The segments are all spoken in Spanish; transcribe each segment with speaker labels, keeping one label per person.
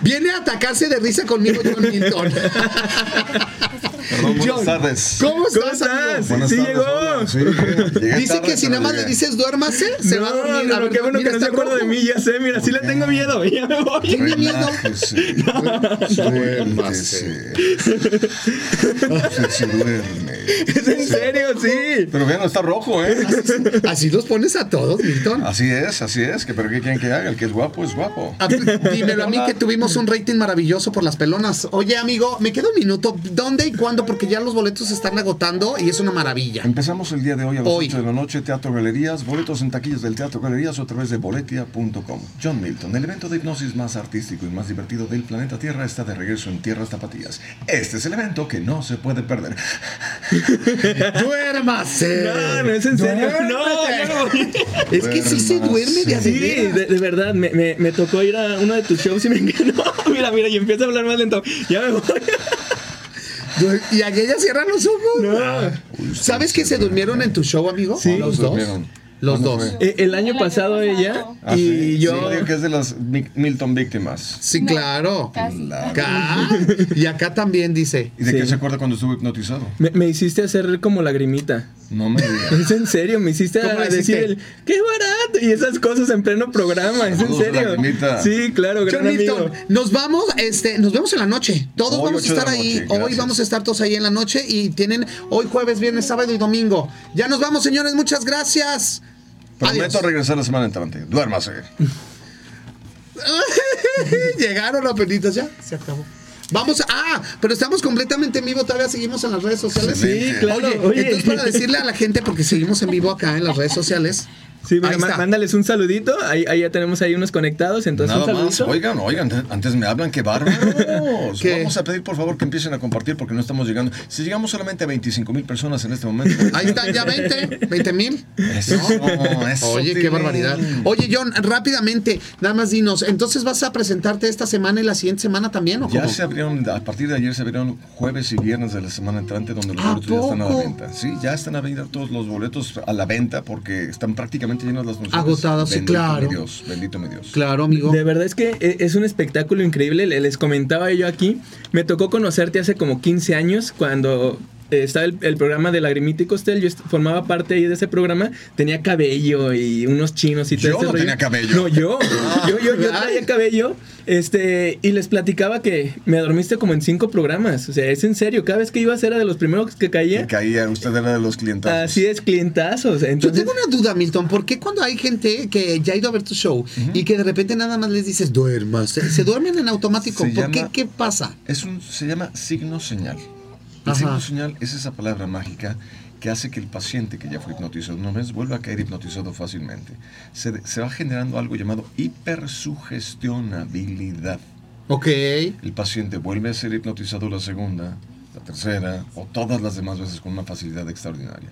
Speaker 1: Viene a atacarse de risa conmigo John Milton.
Speaker 2: Perdón, buenas
Speaker 1: John,
Speaker 2: tardes.
Speaker 1: ¿Cómo
Speaker 3: ¿Cómo
Speaker 1: estás, amigo?
Speaker 3: estás?
Speaker 2: Buenas
Speaker 3: Sí,
Speaker 2: tardes,
Speaker 3: llegó.
Speaker 2: hola, sí, llegué
Speaker 1: Dice
Speaker 2: tarde,
Speaker 1: que si
Speaker 2: pero
Speaker 1: nada más le
Speaker 2: llegué.
Speaker 1: dices duérmase, se va a dormir. A
Speaker 3: No, no,
Speaker 1: ver,
Speaker 3: qué bueno
Speaker 1: mira,
Speaker 3: que no se
Speaker 1: está
Speaker 3: acuerda de
Speaker 1: rojo.
Speaker 3: mí, ya sé, mira, sí le tengo miedo, ya me voy.
Speaker 1: Tiene miedo.
Speaker 2: Relájese, duérmese. Usted se duerme.
Speaker 3: Es en serio, sí.
Speaker 2: Pero vean, está rojo, ¿eh?
Speaker 1: Así los pones a todos, Milton.
Speaker 2: Así es, así es. Que, ¿Pero qué quieren que haga? El que es guapo es guapo.
Speaker 1: A- Dímelo a mí que tuvimos un rating maravilloso por las pelonas. Oye, amigo, me queda un minuto. ¿Dónde y cuándo? Porque ya los boletos se están agotando y es una maravilla.
Speaker 2: Empezamos el día de hoy a las
Speaker 1: Hoy.
Speaker 2: 8 de la noche, Teatro Galerías, boletos en taquillas del Teatro Galerías o a través de boletia.com. John Milton, el evento de hipnosis más artístico y más divertido del planeta Tierra, está de regreso en Tierras Tapatías. Este es el evento que no se puede perder.
Speaker 1: ¡Duérmase!
Speaker 3: No, Eh, no es en serio. No, ya me voy.
Speaker 1: Es que sí se duerme de a de
Speaker 3: Sí,
Speaker 1: veras.
Speaker 3: de, de verdad, me, me, me tocó ir a uno de tus shows y me engañó. Mira, mira, y empieza a hablar más lento. Ya me voy.
Speaker 1: Du- Y aquella cierra los ojos.
Speaker 3: No.
Speaker 1: ¿Sabes que se durmieron en tu show, amigo?
Speaker 3: Sí.
Speaker 1: los dos.
Speaker 2: Durmieron.
Speaker 1: Los
Speaker 2: ¿Cuándo
Speaker 1: dos.
Speaker 2: fue?
Speaker 3: Eh, El año
Speaker 4: El año
Speaker 3: pasado
Speaker 4: pasado.
Speaker 3: ella
Speaker 2: Ah,
Speaker 3: y
Speaker 2: sí,
Speaker 3: yo.
Speaker 2: sí, digo que es de las Mi- Milton víctimas.
Speaker 1: Sí,
Speaker 4: No,
Speaker 1: claro.
Speaker 4: Casi.
Speaker 2: La-
Speaker 1: Acá. Y acá también dice.
Speaker 2: ¿Y de
Speaker 3: Sí.
Speaker 2: qué se acuerda cuando estuvo hipnotizado?
Speaker 3: Me, me hiciste hacer como lagrimita.
Speaker 2: No me digas.
Speaker 3: Es en serio, me hiciste
Speaker 1: ¿Cómo le
Speaker 3: decir
Speaker 1: hiciste?
Speaker 3: el qué barato y esas cosas en pleno programa. Es en
Speaker 2: Saludos,
Speaker 3: serio.
Speaker 2: lagrimita.
Speaker 3: Sí, claro, gran
Speaker 1: John
Speaker 3: amigo.
Speaker 1: Milton, nos vamos, este, nos vemos en la noche. Todos
Speaker 2: Hoy,
Speaker 1: vamos a
Speaker 2: ocho de
Speaker 1: estar
Speaker 2: la
Speaker 1: ahí.
Speaker 2: noche,
Speaker 1: hoy
Speaker 2: gracias.
Speaker 1: vamos a estar todos ahí en la noche y tienen hoy jueves, viernes, sábado y domingo. Ya nos vamos, señores. Muchas gracias.
Speaker 2: Prometo
Speaker 1: Adiós.
Speaker 2: regresar la semana entrante. Duérmase.
Speaker 1: Llegaron los perritos ya. Se acabó. Vamos, ah, pero estamos completamente en vivo, todavía seguimos en las redes sociales.
Speaker 2: Sí,
Speaker 3: claro,
Speaker 1: Oye,
Speaker 3: oye.
Speaker 1: entonces para decirle a la gente, porque seguimos en vivo acá en las redes sociales.
Speaker 3: Sí, mira,
Speaker 1: Ahí
Speaker 3: ma-
Speaker 1: está.
Speaker 3: mándales un saludito. Ahí, ahí ya tenemos ahí unos conectados. Entonces,
Speaker 2: Nada
Speaker 3: un
Speaker 2: más.
Speaker 3: saludito.
Speaker 2: Oigan, oigan, te- antes me hablan, qué bárbaros.
Speaker 1: ¿Qué?
Speaker 2: Vamos a pedir por favor que empiecen a compartir porque no estamos llegando. Si llegamos solamente a 25 mil personas en este momento.
Speaker 1: Ahí están ya 20, 20 mil.
Speaker 2: Eso, eso,
Speaker 1: Oye, qué
Speaker 2: Tilín.
Speaker 1: barbaridad. Oye, John, rápidamente, nada más dinos, entonces vas a presentarte esta semana y la siguiente semana también, ¿o
Speaker 2: Ya
Speaker 1: cómo?
Speaker 2: se abrieron, a partir de ayer se abrieron jueves y viernes de la semana entrante donde los
Speaker 1: ¿A
Speaker 2: boletos ya están a la
Speaker 1: poco?
Speaker 2: venta. Sí, ya están a venta todos los boletos a la venta porque están prácticamente llenas las funciones.
Speaker 1: Agotadas, sí,
Speaker 2: Bendito
Speaker 1: claro.
Speaker 2: mi Dios, bendito mi Dios.
Speaker 1: Claro, amigo.
Speaker 3: De verdad es que e- es un espectáculo increíble. Le- Les comentaba yo aquí. Me tocó conocerte hace como 15 años cuando eh, estaba el, el programa de Lagrimita y Costel. Yo est- formaba parte ahí de ese programa. Tenía cabello y unos chinos y todo
Speaker 2: Yo
Speaker 3: ese
Speaker 2: no
Speaker 3: rollo.
Speaker 2: tenía cabello. Ah,
Speaker 3: No, yo. yo, yo, yo
Speaker 1: Ay.
Speaker 3: traía cabello. Este, y les platicaba que me dormiste como en cinco programas. O sea, es en serio. Cada vez que ibas era de los primeros que
Speaker 2: Que
Speaker 3: caía.
Speaker 2: caía, usted era de los clientes.
Speaker 3: Así es, clientazos.
Speaker 1: Yo
Speaker 3: Entonces,
Speaker 1: tengo una duda, Milton, ¿por qué cuando hay gente que ya ha ido a ver tu show y que de repente nada más les dices, duermas, se, se duermen en automático?
Speaker 2: Se
Speaker 1: ¿Por qué?
Speaker 2: llama-
Speaker 1: ¿Qué pasa?
Speaker 2: Es un, se llama signo señal. El
Speaker 1: Ajá.
Speaker 2: signo señal es esa palabra mágica que hace que el paciente que ya fue hipnotizado una vez vuelva a caer hipnotizado fácilmente. Se, de- se va generando algo llamado hipersugestionabilidad.
Speaker 1: Ok.
Speaker 2: El paciente vuelve a ser hipnotizado la segunda, la tercera o todas las demás veces con una facilidad extraordinaria.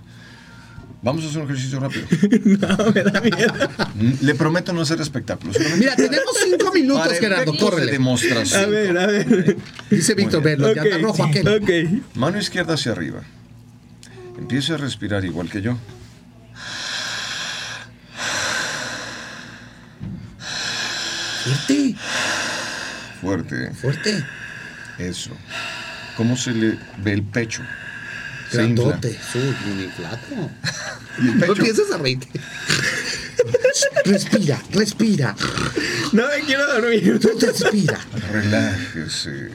Speaker 2: Vamos a hacer un ejercicio rápido.
Speaker 3: no, me da miedo.
Speaker 2: Mm, Le prometo no hacer espectáculos. solamente
Speaker 1: Mira, tenemos cinco minutos,
Speaker 2: para
Speaker 1: Gerardo,
Speaker 2: efectos de
Speaker 1: córrele.
Speaker 2: demostración.
Speaker 3: A ver, a ver.
Speaker 1: Dice Víctor,
Speaker 2: Muy bien.
Speaker 1: velo, ya está
Speaker 3: Ok,
Speaker 1: rojo aquel.
Speaker 3: Ok.
Speaker 2: Mano izquierda hacia arriba. Empieza a respirar igual que yo.
Speaker 1: Fuerte,
Speaker 2: Fuerte.
Speaker 1: fuerte,
Speaker 2: Eso. ¿Cómo se le ve el pecho? Se
Speaker 1: grandote,
Speaker 2: infla.
Speaker 1: su mini flaco.
Speaker 2: Y el
Speaker 1: No
Speaker 2: pecho.
Speaker 1: empiezas a reírte. Respira, respira,
Speaker 3: No me quiero dormir.
Speaker 1: tú respira.
Speaker 2: Relájese.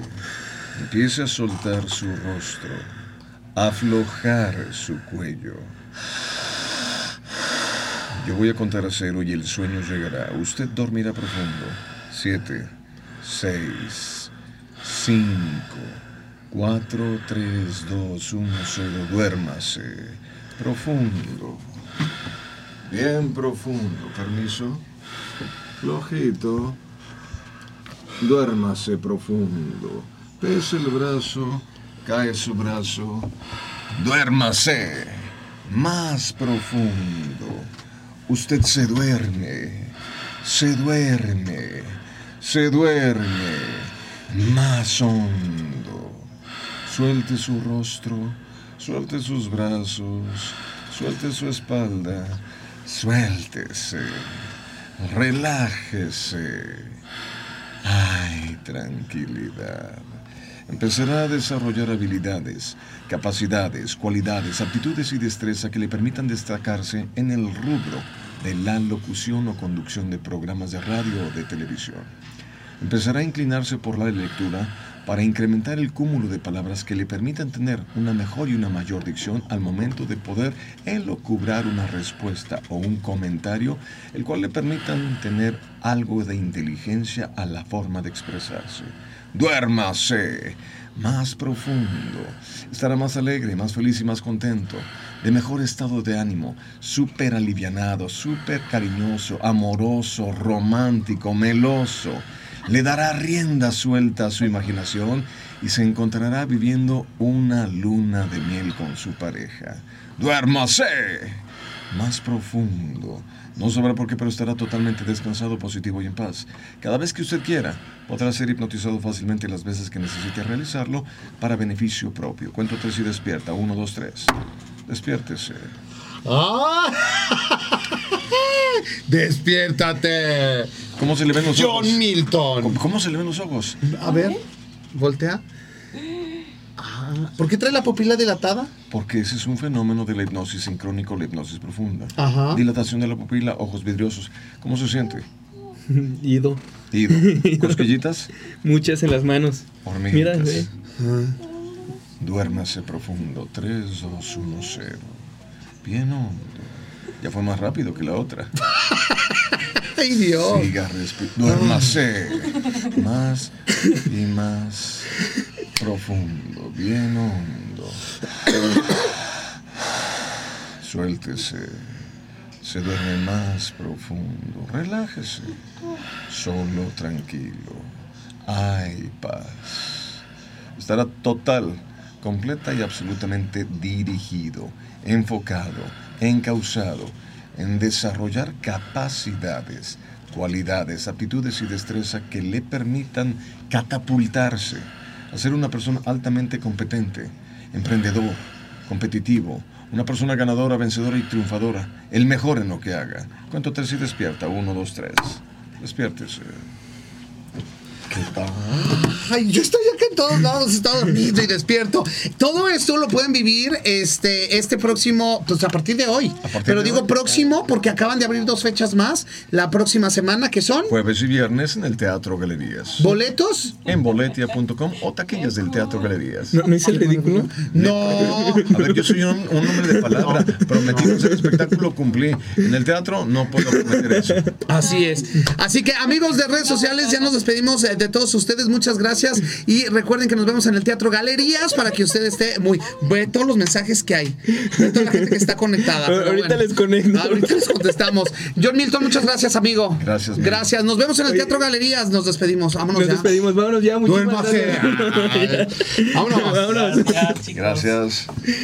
Speaker 2: Empieza a soltar su rostro. Aflojar su cuello. Yo voy a contar a cero y el sueño llegará. Usted dormirá profundo. Siete, seis, cinco, cuatro, tres, dos, uno, cero. Duérmase. Profundo. Bien profundo. Permiso. Flojito. Duérmase profundo. Pese el brazo, cae su brazo. Duérmase. Más profundo. Usted se duerme. Se duerme. Se duerme. Más hondo. Suelte su rostro. Suelte sus brazos. Suelte su espalda. Suéltese. Relájese. Ay, tranquilidad. Empezará a desarrollar habilidades, capacidades, cualidades, aptitudes y destreza que le permitan destacarse en el rubro de la locución o conducción de programas de radio o de televisión. Empezará a inclinarse por la lectura para incrementar el cúmulo de palabras que le permitan tener una mejor y una mayor dicción al momento de poder elocubrar una respuesta o un comentario, el cual le permitan tener algo de inteligencia a la forma de expresarse. Duérmase más profundo. Estará más alegre, más feliz y más contento. De mejor estado de ánimo. Súper alivianado, súper cariñoso, amoroso, romántico, meloso. Le dará rienda suelta a su imaginación y se encontrará viviendo una luna de miel con su pareja. ¡Duérmase! Más profundo. No sabrá por qué, pero estará totalmente descansado, positivo y en paz. Cada vez que usted quiera, podrá ser hipnotizado fácilmente las veces que necesite realizarlo para beneficio propio. Cuento tres y despierta. Uno, dos, tres. Despiértese.
Speaker 1: ¡Ah! ¡Despiértate!
Speaker 2: ¿Cómo se le ven los ojos?
Speaker 1: John Milton.
Speaker 2: ¿Cómo, cómo se le ven los ojos?
Speaker 1: A ver, voltea. Ah, ¿Por qué trae la pupila dilatada?
Speaker 2: Porque ese es un fenómeno de la hipnosis sincrónica o la hipnosis profunda.
Speaker 1: Ajá.
Speaker 2: Dilatación de la pupila, ojos vidriosos. ¿Cómo se siente?
Speaker 3: Ido.
Speaker 2: Ido. ¿Cosquillitas?
Speaker 3: Muchas en las manos. Mira,
Speaker 2: Hormiguitas.
Speaker 3: ve.
Speaker 2: Duérmase profundo. 3, 2, 1, 0. Bien hondo. Ya fue más rápido que la otra.
Speaker 1: ¡Ay, Dios!
Speaker 2: Siga respirando. Duérmase. Más y más profundo. Bien hondo. Suéltese. Se duerme más profundo. Relájese. Solo, tranquilo. Hay paz. Estará total, completa y absolutamente dirigido, enfocado, encauzado en desarrollar capacidades, cualidades, aptitudes y destreza que le permitan catapultarse a ser una persona altamente competente, emprendedor, competitivo, una persona ganadora, vencedora y triunfadora, el mejor en lo que haga. Cuento tres y despierta. Uno, dos, tres. Despiértese. ¿Qué tal?
Speaker 1: Ay, yo estoy acá en todos lados, está dormido y despierto. Todo esto lo pueden vivir este, este próximo, pues a partir de hoy.
Speaker 2: partir
Speaker 1: Pero
Speaker 2: de
Speaker 1: digo
Speaker 2: hoy.
Speaker 1: próximo porque acaban de abrir dos fechas más la próxima semana, que son
Speaker 2: Jueves y viernes en el Teatro Galerías.
Speaker 1: boletos.
Speaker 2: En boletia.com o taquillas del Teatro Galerías.
Speaker 3: ¿No, no hice el ridículo?
Speaker 1: No.
Speaker 2: A ver, yo soy un, un hombre de palabra. Prometí hacer espectáculo, cumplí. En el teatro no puedo prometer eso.
Speaker 1: Así es. Así que amigos de redes sociales, ya nos despedimos eh, de todos ustedes. Muchas gracias. Y recuerden que nos vemos en el Teatro Galerías para que usted esté muy... Ve todos los mensajes que hay. Ve toda la gente que está conectada. pero
Speaker 3: Ahorita les conecto.
Speaker 1: Ahorita les contestamos. John Milton, muchas gracias, amigo.
Speaker 2: Gracias, man.
Speaker 1: Gracias. Nos vemos en el Teatro Galerías. Nos despedimos. Vámonos
Speaker 3: Nos
Speaker 1: ya.
Speaker 3: despedimos, vámonos ya. Muchísimas
Speaker 1: Duérmase.
Speaker 3: gracias.
Speaker 1: Vámonos.
Speaker 3: Vámonos.
Speaker 4: Gracias, chicos.
Speaker 2: Gracias.